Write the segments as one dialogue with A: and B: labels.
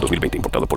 A: 2020. Importado por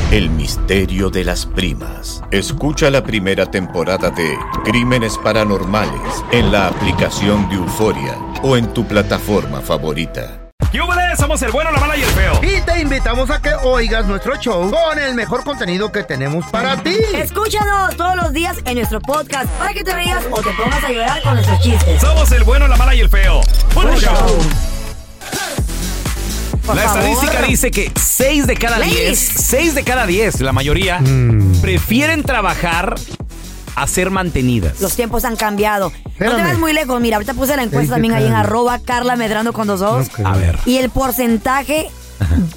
B: El misterio de las primas. Escucha la primera temporada de Crímenes Paranormales en la aplicación de Euforia o en tu plataforma favorita.
C: ¡Yúbales! Somos el bueno, la mala y el feo. Y te invitamos a que oigas nuestro show con el mejor contenido que tenemos para ti.
D: Escúchanos todos los días en nuestro podcast para que te rías o te pongas a llorar con nuestros chistes.
A: Somos el bueno, la mala y el feo. ¡Puro
D: Puro
A: show!
D: show.
E: La
D: Por favor.
E: estadística dice que 6 de cada
D: Ladies.
E: 10, 6 de cada 10, la mayoría,
C: Mm.
E: prefieren trabajar a ser mantenidas.
D: Los tiempos han cambiado. No te
E: Espérame.
D: vas muy lejos. Mira, ahorita puse la encuesta
E: Ey, qué
D: también ahí en
E: calma.
D: arroba Carla Medrano con dos dos.
E: creo. A ver.
D: Y el porcentaje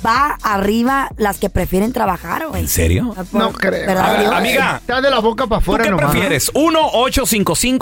D: va arriba las que prefieren trabajar, güey.
E: ¿En serio?
D: Ah,
C: No creo.
D: ¿Verdad,
C: A ver,
D: Dios?
E: amiga.
C: Está de la boca para afuera
E: ¿Tú qué
C: nomás.
E: prefieres?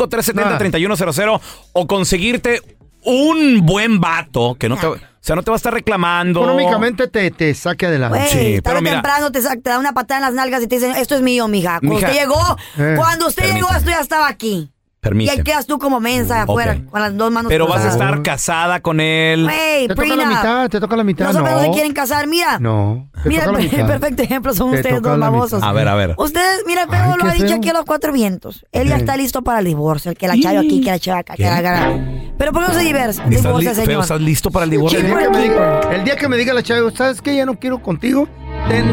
E: 1-855-370-3100 o conseguirte un buen vato que no te, o sea, no te va a estar reclamando.
C: Económicamente te, te saque
E: Ah,
C: adelante.
D: Güey, tarde o temprano te, sa- te da una patada en las nalgas y te dicen, esto es mío, mija. Cuando
E: Mija.
D: usted llegó,
E: Eh.
D: cuando usted llegó, esto ya estaba aquí. Y ahí
E: Permíteme.
D: quedas tú como mensa afuera,
E: Mm, ok.
D: con las dos manos
E: Pero vas a
D: cruzadas.
E: estar casada con él.
D: Güey,
C: Te toca la
D: prenup.
C: mitad, te toca la mitad.
D: Los hombres no se
C: no.
D: quieren casar, mira.
C: No. Te
D: Mira,
C: toca la
D: el
C: mitad.
D: perfecto ejemplo son
C: Te
D: ustedes
C: toca
D: dos
C: la
D: babosos.
C: mitad. A ver, a ver.
D: Ustedes, mira, Pedro
C: Ay,
D: lo
C: qué
D: ha dicho
C: feo.
D: aquí a los cuatro vientos. Él ya
C: Eh.
D: está listo para el divorcio, el que la chave aquí, que la chave acá, que la gana. Pero ¿por qué no se divorcia,
E: ¿Estás, li-
D: divorcia
E: feo,
D: señor?
E: ¿Estás listo para el
C: El
E: divorcio?
C: día, que me diga, el día que me diga la chava, ¿sabes qué? Ya no quiero contigo. Ten,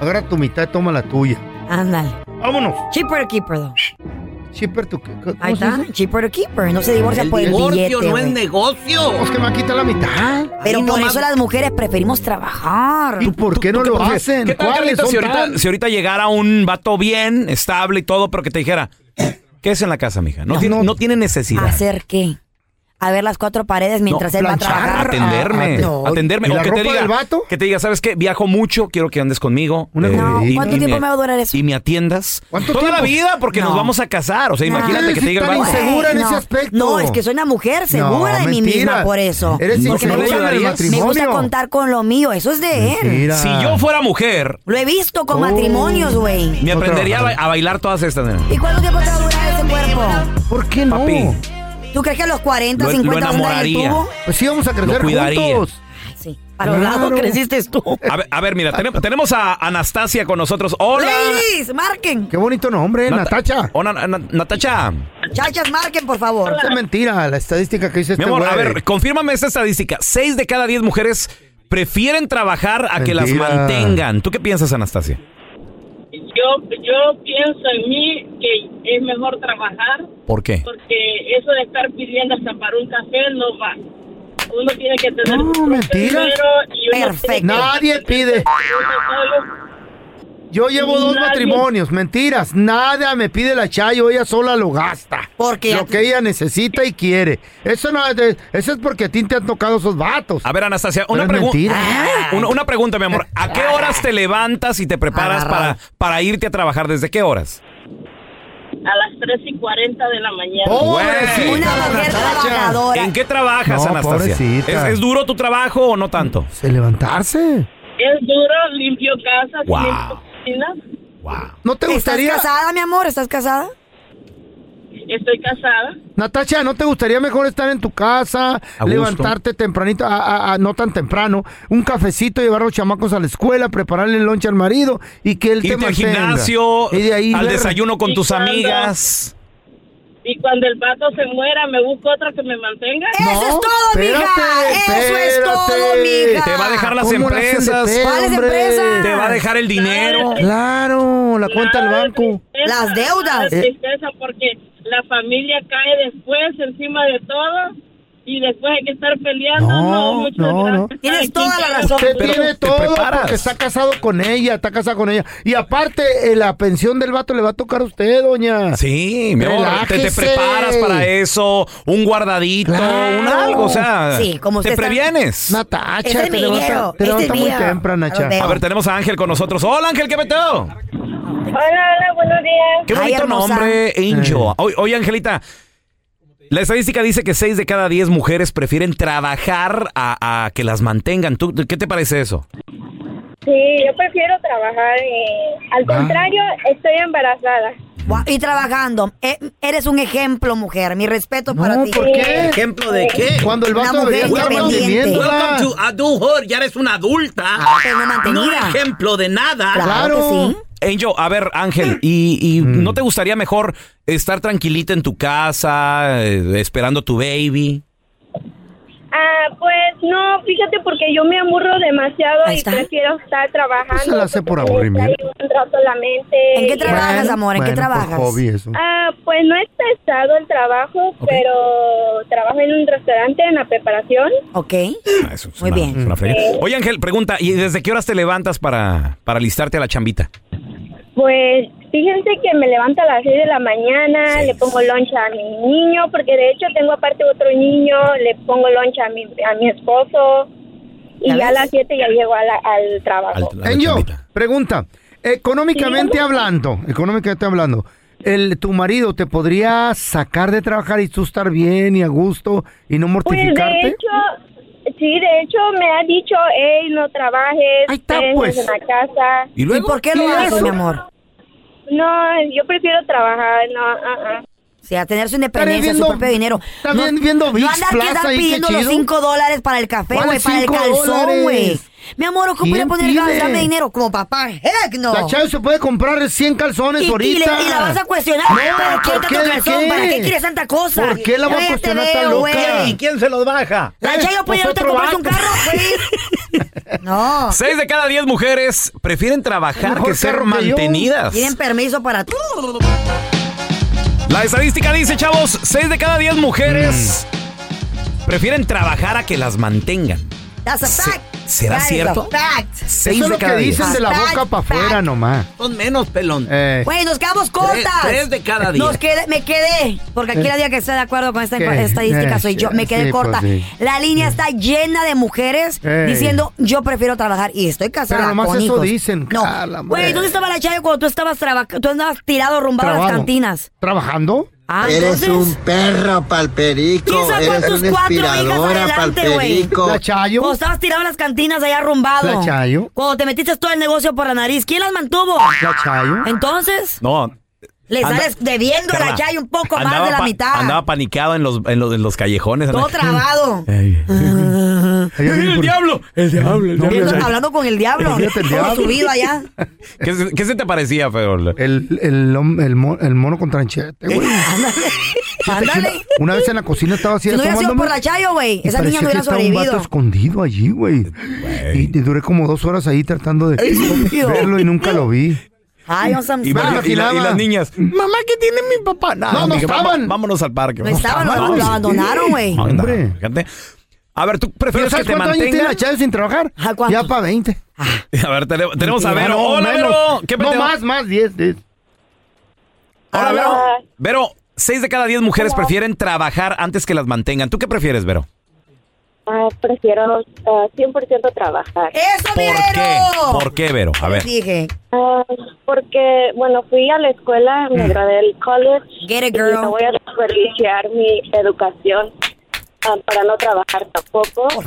C: agarra tu mitad y toma la tuya.
D: Ándale.
C: Vámonos.
D: Cheaper keeper, though.
C: Cheaper to keeper.
D: Ahí está, cheaper keeper. No se divorcia por el billete, güey.
C: negocio. Pues que me va a quitar la mitad.
D: Pero por eso las mujeres preferimos trabajar.
C: ¿Y por qué no
E: ¿Tú
C: lo
E: prefieres?
C: hacen?
E: ¿Qué tal,
C: ¿Cuáles
E: Carlita,
C: son
E: si ahorita,
C: tan-
E: si ahorita llegara un vato bien, estable y todo, pero que te dijera, ¿qué es en la casa, mija? No,
D: No,
E: tiene,
D: no.
E: no tiene necesidad.
D: ¿Hacer qué? A ver las cuatro paredes mientras
E: No,
D: él va a
E: planchar,
D: trabajar.
E: Atenderme.
D: Ah, no.
E: Atenderme.
C: ¿Y
E: O
C: la
E: que te
C: ropa
E: diga,
C: del vato?
E: que te diga, ¿sabes qué? Viajo mucho, quiero que andes conmigo. eh,
C: Una
D: No,
C: comidita.
D: ¿cuánto tiempo me va a durar eso?
E: Y me atiendas. Toda
C: ¿Cuánto
E: la
C: tiempo?
E: vida, porque nos
D: No.
E: vamos a casar. O sea,
D: No.
E: imagínate que te diga el
C: Tan
E: vato.
C: insegura. en ese aspecto.
D: No, es que soy una mujer segura
C: No,
D: de mí
C: mentira.
D: misma por eso.
C: Eres
D: Porque me
E: insegura
D: gusta,
E: del
D: me
C: matrimonio.
D: gusta contar con lo mío, eso es de él.
C: Mira.
E: Si yo fuera mujer,
D: Lo he visto con
C: Oh.
D: matrimonios, güey.
E: me
C: No
E: aprendería a ba-
C: trabajar.
E: a bailar todas estas. nena.
D: ¿Y cuánto tiempo te va a durar ese cuerpo?
C: ¿Por qué no?
E: Papi.
D: ¿Tú crees que a los 40,
E: Lo- lo
D: 50 vas a andar en el
E: enamoraría.
D: tubo?
C: Pues sí, vamos a crecer
E: cuidaría.
C: juntos.
D: Ay, Sí. Para los
C: Claro.
D: lados creciste tú.
E: A ver, a ver, mira, tenem- tenemos a Anastasia con nosotros. Hola.
D: Ladies, marquen.
C: Qué bonito nombre,
E: Nata-
C: Natacha.
E: Hola, Na- Na- Natacha.
D: Chachas, marquen, por favor.
C: Es mentira la estadística que dice
E: Mi
C: este
E: amor,
C: güey.
E: a ver, confírmame esta estadística. Seis de cada diez mujeres prefieren trabajar a que las
C: Mentira.
E: mantengan. ¿Tú qué piensas, Anastasia?
F: Yo, yo pienso en mí que es mejor trabajar
E: ¿Por qué?
F: porque eso de estar pidiendo hasta para un café no va. Uno tiene que tener
C: No,
F: su propio
C: mentira.
F: dinero y uno tiene que
D: Perfecto.
F: hacer
C: Nadie pide.
F: uno solo.
C: Yo llevo dos
F: Nadie-
C: matrimonios, mentiras. Nada me pide la Chayo, ella sola lo gasta.
D: Porque
C: Lo que ella necesita y quiere. Eso no es de- eso es porque a ti te han tocado esos vatos.
E: A ver, Anastasia,
C: Pero
E: una,
C: es
E: pregun-
D: Ah.
C: mentira.
E: una, una pregunta, mi amor. ¿A qué horas te levantas y te preparas para,
D: Agarrado.
E: para irte a trabajar? ¿Desde qué horas?
F: a las 3 y 40 de la mañana.
C: Pobrecita,
E: Güey.
D: Una mujer
C: Natacha.
D: trabajadora.
E: ¿En qué trabajas,
C: No,
E: Anastasia?
C: pobrecita.
E: ¿Es, es duro tu trabajo o no tanto?
C: ¿De levantarse?
F: Es duro, limpio casa,
E: Wow.
F: limpio cocina.
E: Wow.
C: ¿No te
D: ¿Estás
C: gustaría,
D: casada, mi amor? ¿Estás casada?
F: Estoy casada.
C: Natacha, no te gustaría mejor estar en tu casa,
E: gusto.
C: levantarte tempranito, a- a- a- no tan temprano, un cafecito, llevar a los chamacos a la escuela, prepararle el lonche al marido y que él te
E: Irte al
C: mantenga?
E: gimnasio,
C: Y de ahí
E: al
C: ver-
E: desayuno con
F: ¿Y
E: tus
F: cuándo?
E: amigas.
F: Y cuando el vato se muera, me busco otro que me mantenga.
C: No,
D: ¡Eso es todo, mija!
C: espérate,
D: ¡Eso es todo,
C: espérate.
D: mija!
E: Te va a dejar las
C: ¿Cómo la hacen de
E: empresas.
C: pedo,
D: ¿Cuáles
C: hombre?
D: empresas?
E: Te va a dejar el dinero.
C: Claro, la cuenta del
F: Nada de
C: banco.
F: tristeza,
D: Las deudas.
F: nada de
C: Eh.
F: tristeza porque la familia cae después encima de todo y después hay que estar peleando.
C: No,
F: No, muchas
C: no, no.
F: gracias.
D: Tienes
F: Ay,
D: toda
F: qué
D: la
F: caro.
D: razón.
C: Usted
E: Pero
C: tiene
E: te
C: todo
E: preparas.
C: porque está casado con ella, está casado con ella. Y aparte, eh, la pensión del vato le va a tocar a usted, doña.
E: Sí, mi amor, te, te
C: Relájese.
E: preparas para eso, un guardadito,
C: Claro.
E: un algo, o sea,
D: Sí, como
E: te
D: usted está-
E: previenes.
C: Ah. Natacha,
D: Este es
C: te
D: mi
C: levanta,
D: dinero,
C: te
D: este
C: levanta
D: es
C: muy
D: mío.
C: temprano,
D: A los
C: Nacha.
D: veo.
E: A ver, tenemos a Ángel con nosotros. Hola, Ángel, ¿qué peteo?
F: Hola, hola, buenos días.
E: Qué
D: Ay,
E: bonito
D: hermosa.
E: nombre, Angel.
C: Eh.
E: Oye, oye, Angelita, la estadística dice que 6 de cada 10 mujeres prefieren trabajar a, a que las mantengan. ¿Tú, ¿Qué te parece eso?
F: Sí, yo prefiero trabajar. eh, Al contrario, estoy embarazada.
D: Gua- Y trabajando. E- eres un ejemplo, mujer. Mi respeto para
C: No,
D: ti.
C: ¿por qué?
G: ¿Ejemplo de qué?
C: Cuando el
D: Una
C: vato
D: mujer
C: debería estar
D: independiente.
C: manteniéndola.
G: Welcome to adulthood, ya eres una adulta.
D: pero Ah, pues, no mantenida.
G: No ejemplo de nada.
D: Claro que
C: claro. Mm.
D: sí.
E: Angel, a ver, Ángel, ¿y, y no te gustaría mejor estar tranquilita en tu casa, eh, esperando tu baby?
F: Ah, pues no, fíjate porque yo me aburro demasiado
D: Ahí
F: y
D: está.
F: prefiero estar trabajando.
C: Pues se la hace por
F: porque
C: aburrimiento.
F: me distrae Un rato la mente.
D: ¿En qué
F: y-
D: trabajas, amor? ¿En qué
C: bueno, por
D: trabajas?
C: hobby eso.
F: Ah, pues no es pesado el trabajo, pero trabajo en un restaurante en la preparación.
D: Ok.
E: Ah, eso es
D: Muy
E: una-
D: bien.
E: es una freguera. Oye, Ángel, pregunta, ¿y desde qué horas te levantas para, para listarte a la chambita?
F: Pues fíjense que me levanto a las 6 de la mañana,
E: Seis.
F: le pongo loncha a mi niño, porque de hecho tengo aparte otro niño, le pongo loncha a mi, a mi esposo. Y
D: ¿Ya
F: ya a
D: ves?
F: las 7 ya llego a la- al
E: Al-
F: trabajo.
E: a la
C: Enyo,
E: chambita.
C: pregunta. Económicamente
F: Dígame.
C: hablando, económicamente hablando, el, tu marido te podría sacar de trabajar y tú estar bien y a gusto y no
F: Pues de
C: mortificarte?
F: hecho, sí, de hecho me ha dicho, hey, no trabajes,
C: Ahí está,
F: quédense
C: pues.
F: en la casa.
E: ¿Y
D: ¿Y
E: luego?
D: por qué lo
C: ¿Y
D: haces,
C: eso?
D: mi amor?
F: No, yo prefiero trabajar, no, ah, ah.
D: O sea, tener su
C: Estaré
D: independencia, su
C: viendo-
D: propio dinero.
C: estaré viendo
D: no
C: Vix
D: andar
C: Plaza
D: que andar
C: ahí, qué
D: pidiendo los
C: chido.
D: 5 dólares para el café,
C: ¿Cuáles
D: güey, para el
C: cinco
D: calzón,
C: dólares?
D: güey. Mi amor, ¿cómo ir a
C: ¿Quién
D: poner el gas?
C: pide?
D: Dame dinero como papá. ¡Heck no!
C: La Chayo se puede comprar 100 calzones
D: Y, y
C: ahorita.
D: le- y la vas a cuestionar.
C: No,
D: ¿Pero qué
C: ¿por
D: tanto
C: qué? ¿De
D: calzón?
C: qué?
D: ¿Para qué quieres tanta cosa?
C: ¿Por qué la va a
D: Ya te
C: cuestionar tan
D: veo,
C: loca?
D: güey.
C: ¿Y
G: quién se los baja?
D: La Chayo puede
C: Pues
D: ahorita
C: otro
D: comprarse un
C: vato.
D: carro, güey. No.
E: Seis de cada diez mujeres prefieren trabajar
C: Mejor
E: que ser
C: carro que yo.
E: mantenidas.
D: Tienen permiso para tú.
E: La estadística dice, chavos, 6 de cada 10 mujeres
C: Mm.
E: prefieren trabajar a que las mantengan.
D: That's a
E: Se-
D: fact.
E: ¿será
D: That is
E: cierto?
D: a fact.
C: Eso
E: 6
C: es
E: de
C: lo que
E: cada 10.
C: dicen de la
D: Fact,
C: boca para
D: fact.
C: afuera nomás.
G: Son menos pelón.
C: Eh,
D: Güey, nos
G: Tres,
D: quedamos cortas.
G: tres de cada día.
D: Nos quedé, me quedé, porque aquí
C: Eh.
D: la día que está de acuerdo con esta
C: ¿Qué?
D: encu- estadística soy yo, me quedé
C: Sí, pues,
D: corta.
C: sí.
D: La línea está llena de mujeres
C: Ey.
D: diciendo, yo prefiero trabajar y estoy casada
C: Pero nomás
D: con
C: eso
D: hijos".
C: dicen,
D: No,
C: a la
D: güey,
C: madre.
D: ¿dónde estaba la chaya cuando tú estabas, traba- tú andabas tirado rumbado a las
C: trabajo.
D: cantinas?
C: ¿Trabajando?
D: Ah,
H: Eres
D: entonces,
H: un perro palperico,
D: ¿Quién sacó a
H: eres
D: tus
H: una
D: cuatro hijas
H: inspiradora
D: adelante, güey?
H: palperico.
C: ¿La Chayo?
D: cuando estabas tirado en las cantinas allá rumbado.
C: La Chayo.
D: Cuando te metiste todo el negocio por la nariz, ¿quién las mantuvo?
C: ¿La Chayo?
D: Entonces,
E: No.
D: le
E: Anda-
D: sales debiendo a la
E: Carla,
D: chaya un poco más
E: andaba
D: de la
E: pa-
D: mitad.
E: Andaba paniqueado en los, en los, en los callejones.
D: todo trabado.
E: Ey.
C: Ay, ay, por-
E: diablo! ¡El diablo!
C: No,
D: Viendo-
C: el-
D: hablando con el diablo.
C: Olvídate del
D: Todo
C: diablo.
D: subido allá.
E: ¿Qué, se- qué se te parecía, feo?
C: El, el, hom- el, mo- el mono con tranchete, güey.
D: Ándale.
C: Una vez en la cocina estaba así
D: Si no hubiera sido
C: asomándome
D: por la Chayo, güey,
C: y
D: esa niña no
C: parecía que
D: hubiera
C: estaba un vato
D: sobrevivido.
C: escondido allí, güey. Y, y duré como dos horas ahí tratando de verlo y nunca lo vi.
D: Ay, no, Sam-
E: Y,
C: me
D: Sam.
E: y la- y las niñas. Mamá, ¿qué tiene mi papá?
C: No, no
E: amiga,
C: estaban.
E: vámonos al parque.
D: No estaban, lo- lo Pues abandonaron, güey.
E: No,
C: Hombre.
E: no, fíjate. A ver, ¿tú prefieres que
C: ¿sabes
E: te
C: cuántos años tiene
E: mantengan?
C: la Chayo sin trabajar? Ya para 20.
E: A ver, tene- tenemos a
C: Ah,
E: Vero.
C: no,
E: Hola,
C: menos.
E: Vero. ¿Qué
C: No,
E: peteo?
C: más, más, 10.
E: Hola, Vero. Vero, seis de cada diez mujeres prefieren trabajar antes que las mantengan. ¿Tú qué prefieres, Vero?
F: Ah, prefiero ah, 100% trabajar.
D: ¡Eso,
E: ¿Por qué? ¿Por qué, Vero? A ver.
D: Dije.
F: Ah, porque, bueno, fui a la escuela, me gradué del college.
D: Mm. Get it,
F: Y
D: girl.
F: no voy a desperdiciar mi educación ah, para no trabajar tampoco.
D: Por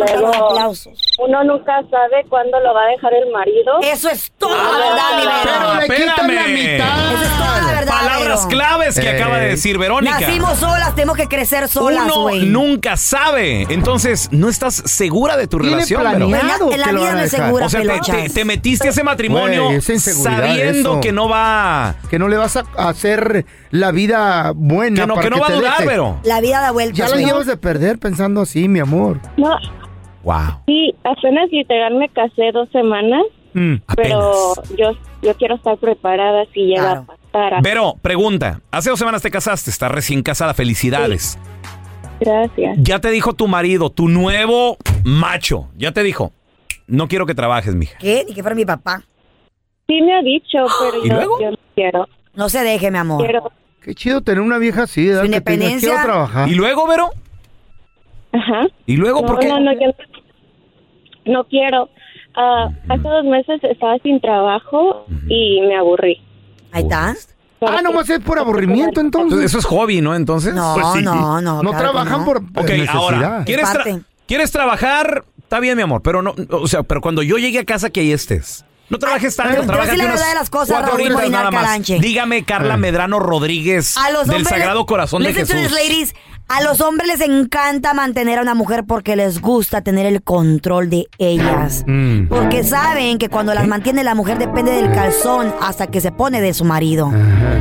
F: Luego,
D: favor, aplausos.
F: uno nunca sabe cuándo lo va a dejar el marido. Ah,
D: Eso es todo,
F: ¿verdad, mi
E: Pero le quitan la mitad.
D: Eso es toda la verdad,
E: Palabras
D: Vero.
E: claves que
C: Eh.
E: acaba de decir Verónica.
D: Ah, Nacimos solas, tenemos que crecer solas,
E: Uno
D: güey.
E: nunca sabe. Entonces, no estás segura de tu
C: Tiene
E: relación, Vero.
C: planeado
D: En la
C: que lo
D: vida
C: van a
D: no es
C: dejar.
D: segura,
E: O sea, te, te-
D: pelochas.
E: te metiste a ese matrimonio
C: Güey, esa inseguridad,
E: sabiendo
C: eso.
E: que no va.
C: Que no le vas a hacer la vida buena.
E: Que no,
C: para
E: que no va a
C: te
E: durar,
C: deje.
E: Vero.
D: La vida da
C: Ya
D: vueltas,
C: la
D: güey.
C: llevas de perder pensando así, mi amor.
F: No,
E: Wow.
F: sí, apenas literal me casé dos semanas,
E: Mm,
F: pero yo, yo quiero estar preparada si llega a pasar.
E: Vero, pregunta. Hace dos semanas te casaste, estás recién casada, felicidades.
F: Gracias.
E: Ya te dijo tu marido, tu nuevo macho, ya te dijo, no quiero que trabajes, mija.
D: ¿Qué? Ni que fuera mi papá.
F: Sí me ha dicho, pero
E: ¿Y
F: yo,
E: luego?
F: yo no quiero.
D: No se deje, mi amor.
F: Quiero,
C: Qué chido tener una vieja así, ¿verdad?
D: Su
C: Que te diga,
D: independencia.
C: Quiero trabajar.
E: ¿Y luego, Vero?
F: ajá.
E: ¿Y luego
F: No,
E: por qué?
F: no, no, yo no- no quiero. Ah, hace dos meses estaba sin trabajo y me aburrí.
D: Ahí está.
C: Ah, nomás es por aburrimiento
E: Entonces,
C: entonces.
E: Eso es hobby, ¿no? Entonces.
D: No, no, no.
C: no
D: claro que
C: trabajan
D: no.
C: por
E: Ok,
C: eh, necesidad.
E: ahora, ¿quieres,
D: Es
E: tra-
D: parte.
E: ¿quieres trabajar? Está bien, mi amor, pero no, o sea, pero cuando yo llegue a casa que ahí estés.
D: Ah,
E: No trabajes
D: te
E: tanto,
D: voy a
E: trabaja
D: decir la verdad de las cosas, Raúl Molinar Calanche.
E: Dígame, Carla Medrano Rodríguez,
D: A los
E: del
D: hombres les-
E: Sagrado Corazón de
D: Listen to
E: Jesús.
D: this, ladies. A los hombres les encanta mantener a una mujer porque les gusta tener el control de ellas.
C: Mm.
D: Porque saben que cuando las mantiene la mujer depende del calzón hasta que se pone de su marido.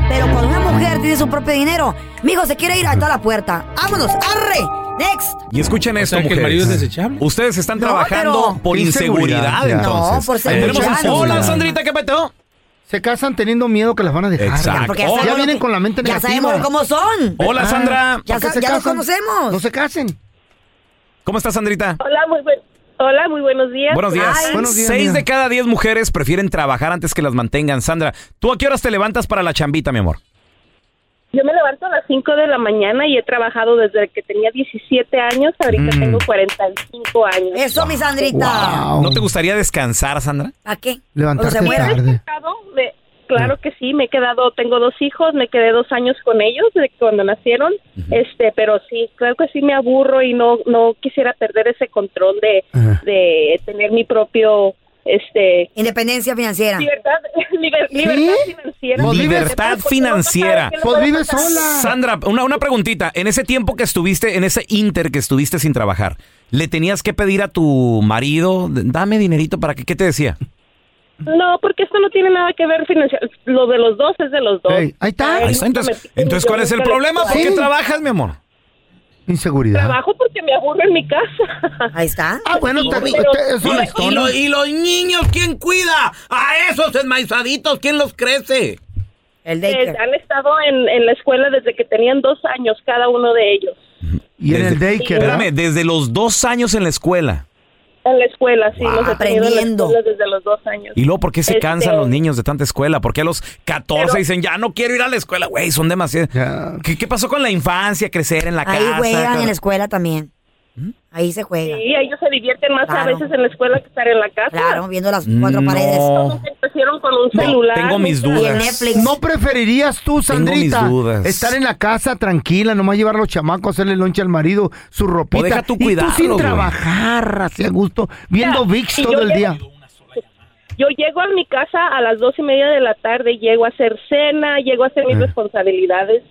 D: Pero cuando una mujer tiene su propio dinero, mijo, se quiere ir a toda la puerta. ¡Vámonos! ¡Arre! ¡Next!
E: Y escuchen esto,
I: sea, que el
E: mujeres.
I: marido es desechable.
E: Ustedes están
D: No,
E: trabajando
D: pero-
E: por inseguridad,
C: Inseguridad, ya.
E: entonces.
D: No, por ser
E: Ahí tenemos un-
D: muchachos.
E: Hola, Sandrita, ¿qué peteo?
C: Se casan teniendo miedo que las van a dejar.
E: Exacto.
D: Porque
E: Oh,
C: ya
D: sabemos
C: vienen
D: que-
C: con la mente
D: Ya
C: negativa.
D: sabemos cómo son.
E: Hola,
C: Ah,
E: Sandra.
D: Ya
C: ¿por qué
D: sa-
C: se
D: ya los
C: casan?
D: conocemos.
C: No se casen.
E: ¿Cómo estás, Sandrita?
F: Hola, muy, buen- hola, muy buenos días.
E: Buenos días.
D: Ay.
C: Buenos días,
E: Seis
C: mía.
E: de cada diez mujeres prefieren trabajar antes que las mantengan. Sandra, ¿tú a qué horas te levantas para la chambita, mi amor?
F: Yo me levanto a las 5 de la mañana y he trabajado desde que tenía 17 años, ahorita
E: Mm.
F: tengo 45 años.
D: Eso, mi Sandrita.
C: Wow.
E: ¿No te gustaría descansar, Sandra?
D: ¿A qué? Cuando
C: Levantarte
D: se muera.
C: tarde.
F: Claro, me- claro que sí, me he quedado, tengo dos hijos, me quedé dos años con ellos de cuando nacieron, este, pero sí, claro que sí me aburro y no, no quisiera perder ese control de,
C: Ajá.
F: de tener mi propio, este,
D: Independencia financiera.
F: libertad, liber- libertad financiera.
C: Pues vives-
E: Libertad
F: Porque uno no sabe
E: financiera.
F: qué le
C: Pues
F: puede
C: vive
F: pasar.
C: sola.
E: Sandra, una, una preguntita. En ese tiempo que estuviste, en ese inter que estuviste sin trabajar, ¿le tenías que pedir a tu marido, dame dinerito para que, ¿qué te decía?
F: No, porque esto no tiene nada que ver financiero. Lo de los dos es de los dos.
C: Ey, ahí está.
F: Ay,
E: Ahí está,
F: nunca me
E: entonces,
F: piden,
E: entonces,
F: yo
E: ¿cuál es el
F: nunca les
E: problema? ¿Por
F: doy.
E: qué
C: Sí.
E: trabajas, mi amor?
C: Inseguridad.
F: Trabajo porque me aburro en mi casa.
D: Ahí está.
C: Ah, bueno, te,
F: Pero-
C: te- es una
G: Y,
C: historia.
G: lo- y los niños, ¿quién cuida? A esos enmaizaditos, ¿quién los crece?
D: El
F: Eh,
D: daycare.
F: han estado en, en la escuela desde que tenían dos años cada uno de ellos.
C: Y en
E: Desde-
C: el daycare. ¿verdad?
E: Espérame, desde los dos años en la escuela.
F: En la escuela, sí, los he tenido en la
D: Aprendiendo.
F: escuela desde los dos años.
E: ¿Y luego por qué se
F: Este-
E: cansan los niños de tanta escuela? ¿Por qué a los 14
F: Pero-
E: dicen, ya no quiero ir a la escuela? Güey, son demasiados.
C: Ya.
E: ¿Qué, qué pasó con la infancia, crecer en la
D: Ahí
E: casa?
D: juegan en
E: Cada-
D: la escuela también. ¿Mm? Ahí se juega.
F: Sí, ellos se divierten más
D: Claro.
F: a veces en la escuela que estar en la casa.
D: Claro, viendo las cuatro paredes.
E: No.
F: Nunca Crecieron con un
E: No,
F: celular.
E: tengo mis
F: nunca-
D: Y el
E: dudas.
D: Netflix.
C: ¿No preferirías tú, Sandrita,
E: mis dudas.
C: estar en la casa tranquila, nomás llevar a los chamacos, hacerle lonche al marido, su ropita?
E: O deja tú
C: y
E: cuidarlo,
C: tú sin
E: güey.
C: trabajar, así a gusto, viendo
F: Mira,
C: VIX
F: si yo
C: todo el
F: llego-
C: día.
F: Yo llego a mi casa a las dos y media de la tarde, llego a hacer cena, llego a hacer
D: Ah.
F: mis responsabilidades.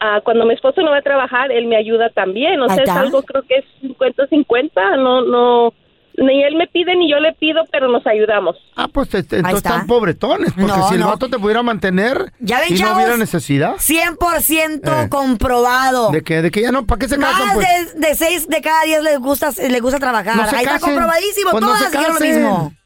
F: Ah, cuando mi esposo no va a trabajar, él me ayuda también. O
D: Ahí
F: sea, es
D: está.
F: algo creo que es 50-50. No, no, ni él me pide ni yo le pido, pero nos ayudamos.
C: Ah, pues te- te- entonces
D: está.
C: están pobretones, porque
D: No,
C: si el
D: no.
C: vato te pudiera mantener
D: Ya ven,
C: y no
D: chavos.
C: hubiera necesidad.
D: 100%
C: Eh.
D: comprobado.
C: ¿De que, ¿De que ya no? ¿Para qué se casan?
D: Más
C: Pues?
D: de, de seis de cada diez les gusta, les gusta trabajar.
C: No se
D: Ahí está
C: casen.
D: comprobadísimo.
C: Pues no
D: Todas
C: se
D: dijeron lo
C: casen.
D: mismo.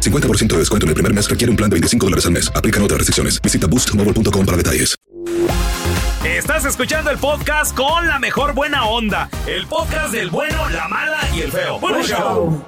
J: 50% de descuento en el primer mes requiere un plan de 25 dólares al mes. Aplican otras restricciones. Visita boostmobile.com para detalles.
E: Estás escuchando el podcast con la mejor buena onda. El podcast del bueno, la mala y el feo. Buen show.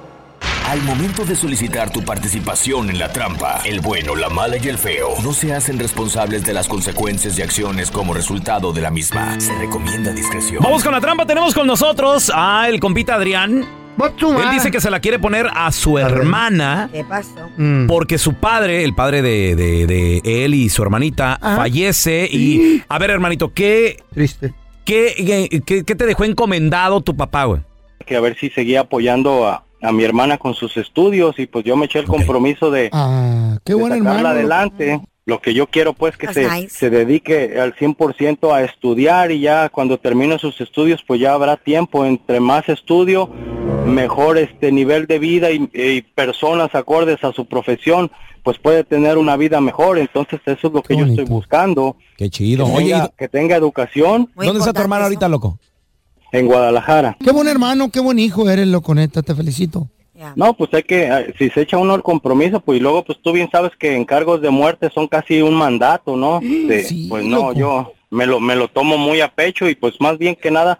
I: Al momento de solicitar tu participación en la trampa, el bueno, la mala y el feo no se hacen responsables de las consecuencias y acciones como resultado de la misma. Se recomienda discreción.
E: Vamos con la trampa. Tenemos con nosotros a el compita Adrián. Él dice que se la quiere poner a su hermana
D: ¿Qué pasó?
C: Mm.
E: porque su padre, el padre de, de- de él y su hermanita, fallece. Y, a ver, hermanito, ¿qué,
C: Ah. Triste.
E: qué, qué- qué te dejó encomendado tu papá, güey?
K: que a ver si seguía apoyando a, a mi hermana con sus estudios y pues yo me eché el compromiso de,
C: Ah, qué
K: de
C: buen
K: sacarla
C: hermano.
K: adelante. Lo que yo quiero pues que
C: That's
K: se,
C: nice.
K: se dedique al 100% a estudiar y ya cuando termine sus estudios pues ya habrá tiempo. Entre más estudio, mejor este nivel de vida y, y personas acordes a su profesión pues puede tener una vida mejor. Entonces eso es lo que yo estoy buscando.
L: Qué chido.
K: Que,
L: Oye,
K: tenga, que tenga educación.
L: ¿dónde está tu hermana ahorita, loco?
K: En Guadalajara.
C: Qué buen hermano, qué buen hijo eres, loco, neta, te felicito.
K: No, pues hay que, eh, si se echa uno el compromiso, pues y luego, pues tú bien sabes que encargos de muerte son casi un mandato, ¿no? Este, pues no,
M: loco.
K: yo me lo, me lo tomo muy a pecho y pues más bien que nada,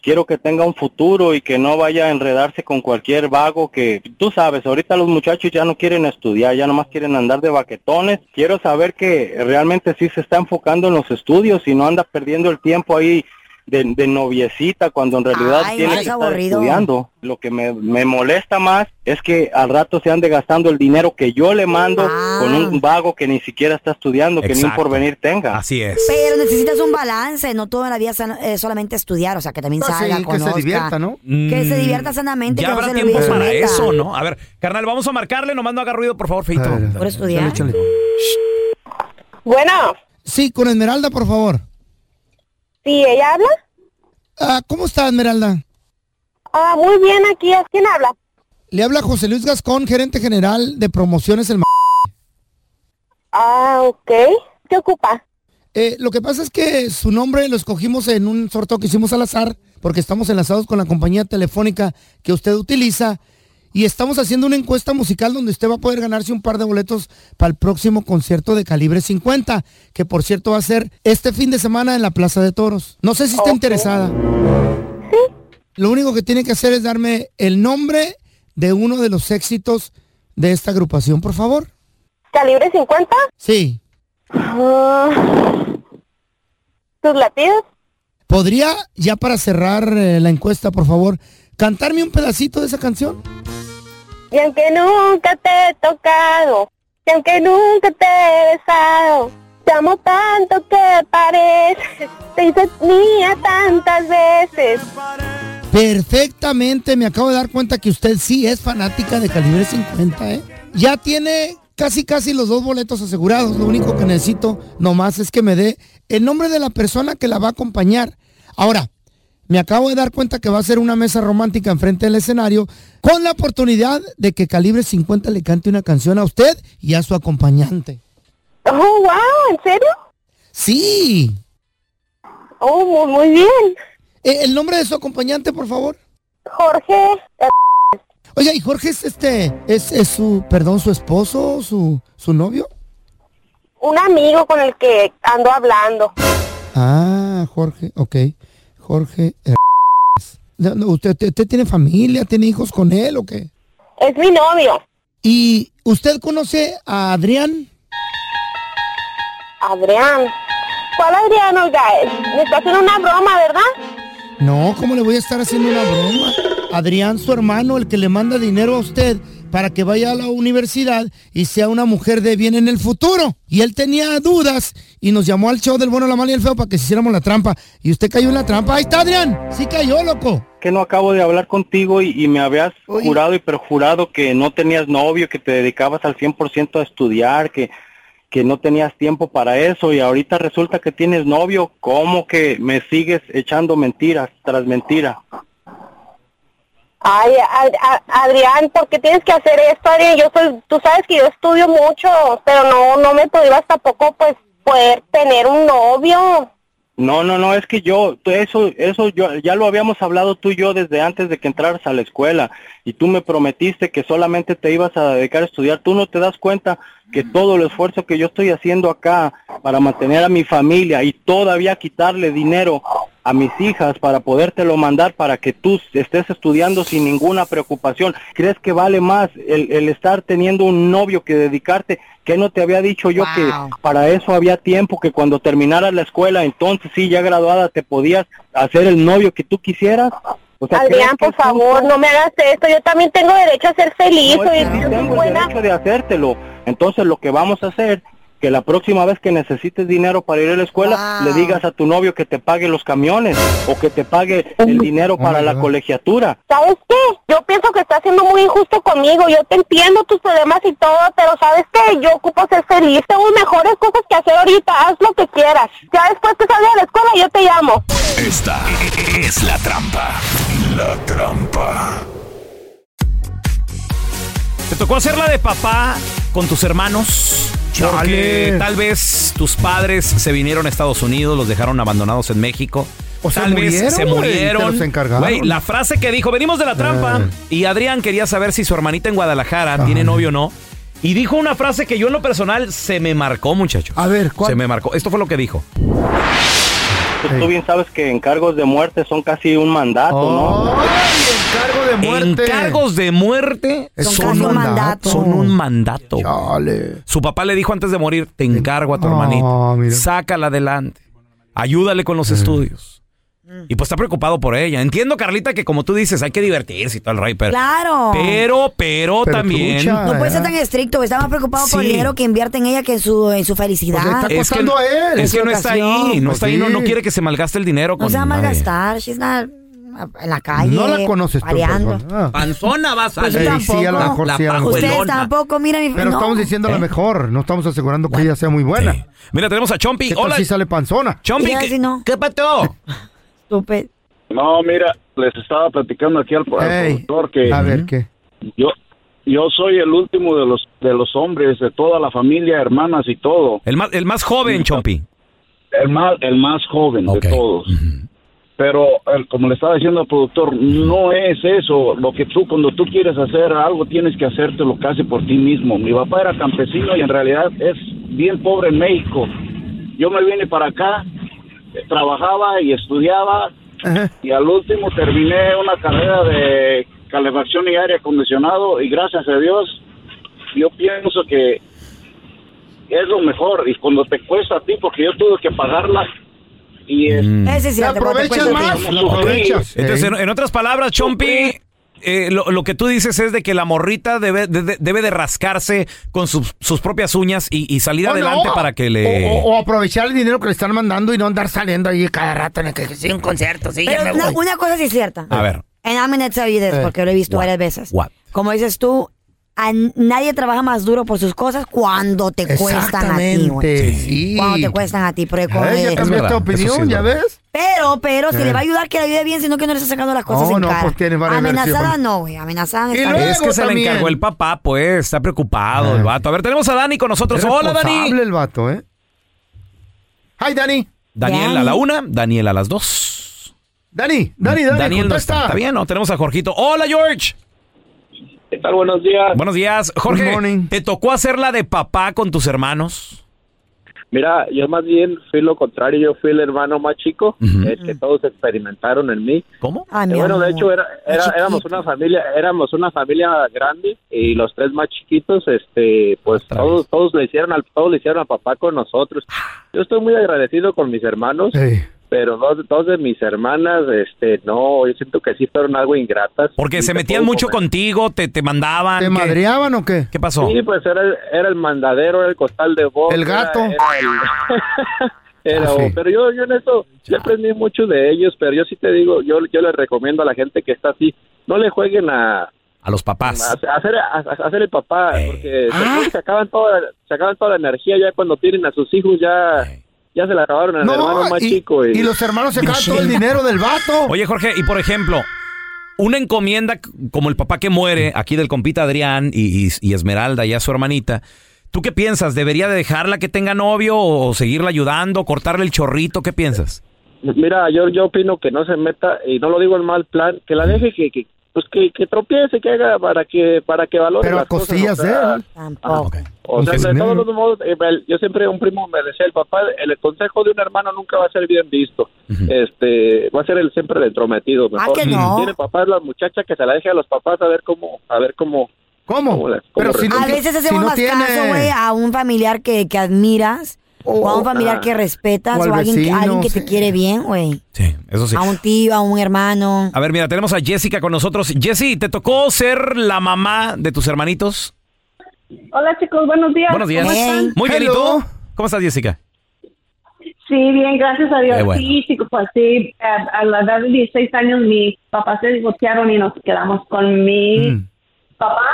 K: quiero que tenga un futuro y que no vaya a enredarse con cualquier vago que, tú sabes, ahorita los muchachos ya no quieren estudiar, ya nomás quieren andar de baquetones. Quiero saber que realmente sí se está enfocando en los estudios y no anda perdiendo el tiempo ahí. De, de noviecita cuando en realidad
M: Ay,
K: tiene
M: no,
K: que
M: es
K: estar
M: aburrido.
K: estudiando lo que me, me molesta más es que al rato se ande gastando el dinero que yo le mando con un vago que ni siquiera está estudiando, que ni un
E: Ah. Exacto.
K: porvenir tenga.
E: Así es.
D: Pero necesitas un balance, no toda la vida san- eh, solamente estudiar, o sea, que también
C: Ah, sí,
D: salga,
C: que se
D: conozca,
C: divierta, ¿no?
D: Que se
E: Mm,
D: divierta sanamente,
E: Ya
D: que no
E: habrá
D: se le
E: tiempo
D: olvide su
E: para
D: meta.
E: eso, ¿no? A ver, carnal, vamos a marcarle, nomás no haga ruido, por favor, Feito.
D: Por estudiar.
C: Bueno. Sí, con Esmeralda, por favor.
N: Sí, ella habla.
C: Ah, ¿Cómo está, Esmeralda?
N: Ah, muy bien, aquí. ¿A quién habla?
C: Le habla José Luis Gascón, gerente general de promociones El M-
N: Ah, ok. ¿Qué ocupa?
C: Eh, lo que pasa es que su nombre lo escogimos en un sorteo que hicimos al azar, porque estamos enlazados con la compañía telefónica que usted utiliza. Y estamos haciendo una encuesta musical donde usted va a poder ganarse un par de boletos para el próximo concierto de calibre 50, que por cierto va a ser este fin de semana en la Plaza de Toros. No sé si está interesada. Lo único que tiene que hacer es darme el nombre de uno de los éxitos de esta agrupación, por favor.
N: ¿Calibre 50?
C: Sí.
N: Ah, ¿Tus latidos?
C: ¿Podría, ya para cerrar eh, la encuesta, por favor, cantarme un pedacito de esa canción?
N: Y aunque nunca te he tocado, y aunque nunca te he besado, te amo tanto que pareces, te hice mía tantas veces.
C: Perfectamente, me acabo de dar cuenta que usted sí es fanática de calibre 50, ¿eh? Ya tiene casi casi los dos boletos asegurados, lo único que necesito nomás es que me dé el nombre de la persona que la va a acompañar. Ahora, me acabo de dar cuenta que va a ser una mesa romántica enfrente del escenario con la oportunidad de que Calibre 50 le cante una canción a usted y a su acompañante.
N: Oh, wow, ¿en serio?
C: Sí.
N: Oh, muy, muy bien.
C: Eh, ¿El nombre de su acompañante, por favor?
N: Jorge.
C: Oiga, ¿y Jorge es este, es, es su, perdón, su esposo, su, su novio?
N: Un amigo con el que ando hablando.
C: Ah, Jorge, ok. Jorge. R- No, no, ¿Usted, usted, usted tiene familia, tiene hijos con él o qué?
N: Es mi novio.
C: ¿Y usted conoce a Adrián?
N: Adrián. ¿Cuál Adrián, oiga? Es- Me está haciendo una broma, ¿verdad?
C: No, ¿cómo le voy a estar haciendo una broma? Adrián, su hermano, el que le manda dinero a usted para que vaya a la universidad y sea una mujer de bien en el futuro. Y él tenía dudas y nos llamó al show del bueno, la mala y el feo para que hiciéramos la trampa. Y usted cayó en la trampa. Ahí está, Adrián. Sí cayó, loco.
K: Que no acabo de hablar contigo y, y me habías jurado y perjurado que no tenías novio, que te dedicabas al 100% a estudiar, que, que no tenías tiempo para eso y ahorita resulta que tienes novio. ¿Cómo que me sigues echando mentiras tras mentira?
N: Ay, Ad- Ad- Adrián, ¿por qué tienes que hacer esto, Adrián? Yo soy, tú sabes que yo estudio mucho, pero no, no me prohíbas tampoco, pues, poder tener un novio.
K: No, no, no, es que yo, tú- eso, eso yo, ya lo habíamos hablado tú y yo desde antes de que entraras a la escuela y tú me prometiste que solamente te ibas a dedicar a estudiar. Tú no te das cuenta que todo el esfuerzo que yo estoy haciendo acá para mantener a mi familia y todavía quitarle dinero a mis hijas para podértelo mandar para que tú estés estudiando sin ninguna preocupación. ¿Crees que vale más el, el estar teniendo un novio que dedicarte? que no te había dicho yo que para eso había tiempo, que cuando terminaras la escuela, entonces sí, ya graduada, te podías hacer el novio que tú quisieras? O sea, ¿crees
N: Adrián,
K: que
N: por favor, no me hagas esto. Yo también tengo derecho a ser feliz.
K: No,
N: soy
K: es que sí
N: muy
K: tengo el
N: buena.
K: derecho de hacértelo. Entonces lo que vamos a hacer, que la próxima vez que necesites dinero para ir a la escuela,
N: Ah.
K: le digas a tu novio que te pague los camiones o que te pague el dinero para la colegiatura.
N: ¿Sabes qué? Yo pienso que estás siendo muy injusto conmigo. Yo te entiendo tus problemas y todo, pero ¿sabes qué? Yo ocupo ser feliz. Tengo mejores cosas que hacer ahorita. Haz lo que quieras. Ya después que salga de la escuela, yo te llamo.
I: Esta es la trampa. La trampa.
E: ¿Te tocó hacerla de papá con tus hermanos? Porque tal vez tus padres se vinieron a Estados Unidos, los dejaron abandonados en México.
C: O se
E: tal vez
C: murieron,
E: se
C: güey, te
E: murieron.
C: los encargaron. Eh.
E: Güey, la frase que dijo, venimos de la trampa. Y Adrián quería saber si su hermanita en Guadalajara tiene novio o no. Y dijo una frase que yo en lo personal se me marcó, muchacho. A
C: ver, ¿cuál?
E: Se me marcó. Esto fue lo que dijo.
K: Pues tú bien sabes que encargos de muerte son casi un mandato, ¿no?
C: Oh. Encargo de
K: muerte.
E: Encargos de muerte
K: Son
E: son,
K: casi
E: un
K: un
E: mandato. Son un mandato. güey. Su papá le dijo antes de morir, te encargo a tu
C: Ah,
E: hermanita.
C: mira.
E: Sácala adelante. Ayúdale con los estudios.
D: Mm.
E: Y pues está preocupado por ella. Entiendo, Carlita, que como tú dices, hay que divertirse y todo el rey, pero...
D: Claro.
E: Pero, pero,
C: Pero
E: también...
C: trucha,
D: No puede ser tan estricto, está más preocupado por el
E: Sí.
D: dinero que invierte en ella que en su, en su felicidad.
C: Pues
E: es que, es que no está ahí, no está ahí, no, no quiere que se malgaste el dinero.
D: No
E: con
D: se va a
E: nadie.
D: malgastar, she's not en la calle.
E: No la conoces tú en
D: pareando.
C: Ah.
E: Panzona va a
D: Pues yo
E: salir.
D: tampoco.
E: La
D: Ustedes
E: pajuelona.
D: tampoco, mira mi
C: Pero
D: no.
C: estamos diciendo
E: ¿Eh?
C: lo mejor, no estamos asegurando que ella sea muy buena.
E: Mira, tenemos a Chompi.
C: ¿Qué tal
E: Hola.
C: si sale panzona?
E: Chompi,
D: Mira,
E: ¿qué,
D: si no.
E: ¿qué pateó?
L: No, mira, les estaba platicando aquí al, al productor que
C: A ver, ¿qué?
L: yo yo soy el último de los de los hombres de toda la familia, hermanas y todo.
E: El más el más joven, Chompi.
L: El más el más joven de todos. Pero eh, como le estaba diciendo al productor, no es eso. Lo que tú cuando tú quieres hacer algo tienes que hacértelo casi por ti mismo. Mi papá era campesino y en realidad es bien pobre en México. Yo me vine para acá, eh, trabajaba y estudiaba y al último terminé una carrera de calefacción y aire acondicionado y gracias a Dios yo pienso que es lo mejor y cuando te cuesta a ti porque yo tuve que pagarla y este, es,
D: Ese es cierto, cuando te cuesta a ti.
E: Entonces, en, en otras palabras, Chompi, eh, lo, lo que tú dices es de que la morrita debe de, de- debe de rascarse con sus, sus propias uñas y, y salir
C: O
E: adelante
C: Oh, no,
E: para que le...
C: O, o- o aprovechar el dinero que le están mandando y no andar saliendo ahí cada rato en el que sí, un concierto, sí, ya
D: Pero
C: me
D: una,
C: voy.
D: una cosa sí es cierta.
E: A ver.
D: And I'm gonna tell you this,
C: Eh.
D: porque lo he visto varias veces.
E: What?
D: Como dices tú, a nadie trabaja más duro por sus cosas cuando te cuestan a ti, güey.
C: Exactamente, sí.
D: Cuando te cuestan a ti, porque como
C: Ay, ya
D: de-
C: cambiaste de opinión, ¿ya ves?
D: Pero, pero, si
C: Eh.
D: le va a ayudar, que le ayude bien, si no que no le está sacando las cosas
C: No,
D: en
C: no,
D: cara.
C: pues tienes varias
D: Amenazada
C: versiones.
D: no, güey, amenazada
C: Y
D: Ah, está bien.
E: Es que se le encargó el papá, pues. Está preocupado
C: Ah.
E: el vato. A ver, tenemos a Dani con nosotros.
C: Es
E: Hola, Dani.
C: responsable el vato, ¿eh? ¡Ay, Dani!
E: Daniel a la una, Daniel a las dos.
C: Dani, Dani, Dani,
E: Daniel no
C: contesta.
E: está. Está bien, no tenemos a Jorgito. Hola, George.
O: ¿Qué tal? Buenos días.
E: Buenos días. Jorge, ¿te tocó hacerla de papá con tus hermanos?
M: Mira, yo más bien fui lo contrario, yo fui el hermano más chico, eh, que todos experimentaron en mí.
E: ¿Cómo?
M: Eh, bueno, de hecho era, era-
P: chiquito.
M: éramos una familia, éramos una familia grande y los tres más chiquitos, este, pues todos, todos le hicieron al, todos le hicieron al papá con nosotros.
E: Ah.
M: Yo estoy muy agradecido con mis hermanos, pero dos, dos de mis hermanas, este, no, yo siento que sí fueron algo ingratas.
E: Porque
M: Y
E: se
M: te
E: metían
M: puedo
E: mucho contigo, te, te mandaban. ¿Te
C: madreaban o qué?
E: ¿Qué pasó?
M: Sí, pues era, el- era el mandadero, era el costal de voz.
E: El gato.
M: era-
E: Ah, sí.
M: Pero yo, yo en eso, yo aprendí mucho de ellos, pero yo sí te digo, yo, yo les recomiendo a la gente que está así, no le jueguen a...
E: A los papás.
M: A, a hacer, a, a hacer el papá, porque se, se acaban toda, se acaban toda la energía ya cuando tienen a sus hijos, ya, ya se la acabaron al
C: No,
M: hermano más
C: y-
M: chico.
C: y los hermanos se acaban todo el dinero del vato.
E: Oye, Jorge, y por ejemplo, una encomienda c- como el papá que muere, aquí del compita Adrián y, y- y Esmeralda, ya su hermanita. ¿Tú qué piensas? ¿Debería de dejarla que tenga novio o seguirla ayudando, cortarle el chorrito? ¿Qué piensas?
M: Pues Mira, yo, yo opino que no se meta, y no lo digo en mal plan, que la deje que, que pues que, que tropiece, que haga para que, para que valore
C: Pero a
M: las cosas,
C: costillas
M: o sea,
C: de él.
M: Ah, O
C: Con
M: sea,
C: su
M: de
C: dinero.
M: todos los modos, eh, el- yo siempre, un primo me decía, el papá, el consejo de un hermano nunca va a ser bien visto. Este, va a ser el siempre el entrometido. Mejor.
C: Ah, que no.
M: Tiene papás la muchacha que se la deje a los papás a ver cómo, a ver cómo.
C: ¿Cómo?
M: la-
C: Pero
M: cómo
C: si no-
M: re-
D: A veces
C: si
D: hacemos
C: no
D: más
C: tiene-
D: caso, güey, a un familiar que, que admiras o a un familiar
M: ah.
D: que respetas
E: O
D: o,
E: al
D: a alguien, que,
E: vecino,
D: alguien que
E: sí.
D: te quiere bien, güey.
E: Eso sí.
D: A un tío, a un hermano.
E: A ver, mira, tenemos a Jessica con nosotros. Jessy, ¿te tocó ser la mamá de tus hermanitos?
F: Hola chicos, buenos días.
E: Buenos días.
F: ¿Cómo están?
E: Muy bien, ¿y tú? ¿Cómo estás, Jessica?
F: Sí, bien, gracias a Dios.
E: Qué bueno.
F: Sí, sí, pues sí, a, a la edad de 16 años mis papás se divorciaron y nos quedamos con mi papá.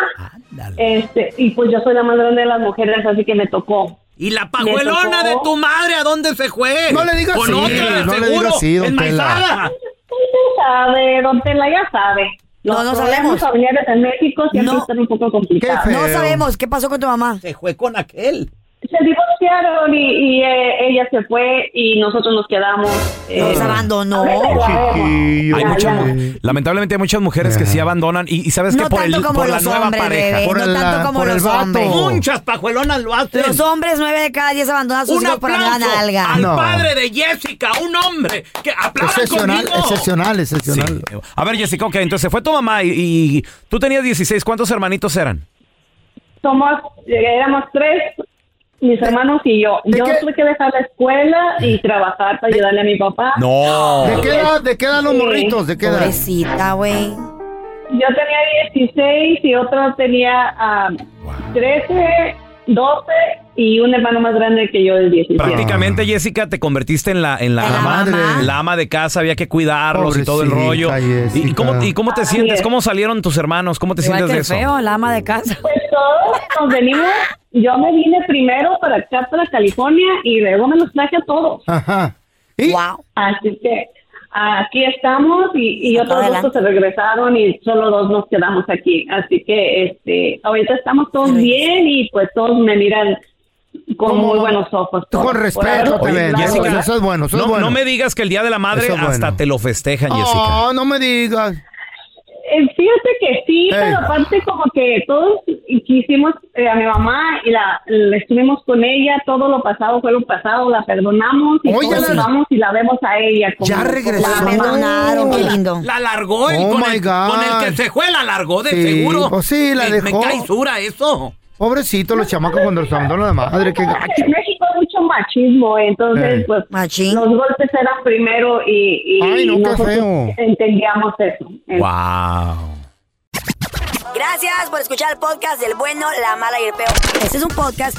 F: Este, y pues yo soy la más grande de las mujeres, así que me tocó.
Q: ¿Y la pajuelona de tu madre a dónde se fue?
F: No le digas
Q: Con
F: así,
Q: otra,
F: no le
Q: seguro,
F: digas así, don
Q: enmaizada.
F: Ya sabe, don Tela, ya sabe. Los
D: No, no
F: problemas
D: sabemos.
F: familiares en México siempre
D: No.
F: están un poco complicados.
D: No sabemos qué pasó con tu mamá.
Q: Se fue con aquel.
F: Se divorciaron y, y, eh, ella se fue y nosotros nos quedamos. eh,
D: Nos abandonó.
E: Hay mucha- lamentablemente hay muchas mujeres que sí abandonan y, y sabes
D: No
E: que por, el,
D: tanto como
E: por la
D: los
E: nueva
D: hombres,
E: pareja.
D: bebé, no tanto como los hombres.
Q: Muchas pajuelonas lo hacen.
D: Los hombres, nueve de cada diez abandonan a sus
Q: Un
D: hijos por andar
Q: aplauso
D: nalga.
Q: al padre de Jessica, un hombre que aplauda
C: Excepcional, excepcional, excepcional.
E: A ver, Jessica, ok, entonces se fue tu mamá y, y tú tenías 16. ¿Cuántos hermanitos eran?
F: Somos, éramos tres, mis hermanos y yo. Yo tuve que dejar la escuela y trabajar para ayudarle a mi papá.
E: No.
C: ¿De qué edad, de qué edad los
F: Sí.
C: morritos? ¿De qué edad?
D: Pobrecita, güey.
F: Yo tenía 16 y otro tenía ah, 13, 12 y un hermano más grande que yo de 17.
E: Prácticamente,
C: Ah.
E: Jessica, te convertiste en la, en la, ama, la ama de casa, había que cuidarlos y todo el rollo.
C: Pobrecita,
E: ¿Y, y cómo, y cómo te
F: Así
E: sientes?
F: es.
E: ¿Cómo salieron tus hermanos? ¿Cómo te
D: Igual
E: sientes
D: que
E: de
D: el
E: eso?
D: feo, la ama de casa.
F: Pues todos nos venimos, yo me vine primero para acá, para California y luego me los traje a todos.
C: Ajá.
D: Wow.
F: Así que aquí estamos y, y otros
D: Adelante.
F: dos se regresaron y solo dos nos quedamos aquí. Así que este, ahorita estamos todos bien y pues todos me miran con muy buenos ojos. todos.
C: Con
F: Por
C: respeto
F: algo-
C: te ven.
E: Jessica,
C: Eso, eso es bueno, eso
E: no,
C: es bueno.
E: no me digas que el Día de la Madre
C: Eso es
E: hasta
C: bueno.
E: te lo festejan, Jessica.
C: Oh, no me digas.
F: Eh, Fíjate que sí, pero aparte como que todos quisimos eh, a mi mamá y la, la estuvimos con ella, todo lo pasado fue lo pasado, la perdonamos y
C: Oye,
F: todos
C: la-
F: vamos y la vemos a ella. como-
C: Ya regresó.
F: como la perdonaron, qué lindo.
Q: La largó y
C: Oh
Q: con,
C: my
Q: el,
C: God.
Q: con el que se fue la largó Oh, de
C: Sí,
Q: seguro.
C: pues sí, la
Q: me,
C: dejó.
Q: Me cae dura eso.
C: Pobrecito los chamacos cuando los abandonan la madre. Qué gacho.
F: En México hay mucho machismo, entonces
C: Eh.
F: pues los golpes eran primero y, y
C: Ay, no, qué
F: nosotros
C: feo.
F: entendíamos eso.
C: Eh.
E: Wow.
D: Gracias por escuchar el podcast del bueno, la mala y el peor. Este es un podcast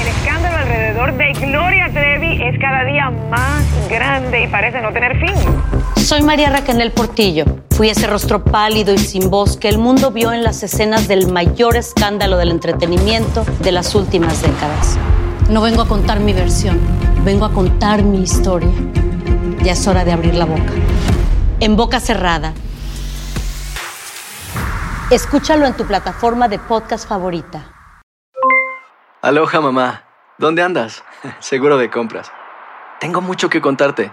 F: El escándalo alrededor de Gloria Trevi es cada día más grande y parece no tener fin.
R: Mm. Soy María Raquel Portillo. Fui ese rostro pálido y sin voz que el mundo vio en las escenas del mayor escándalo del entretenimiento de las últimas décadas. No vengo a contar mi versión, vengo a contar mi historia. Ya es hora de abrir la boca. En boca cerrada. Escúchalo en tu plataforma de podcast favorita.
S: Aloha mamá, ¿dónde andas? Seguro de compras. Tengo mucho que contarte.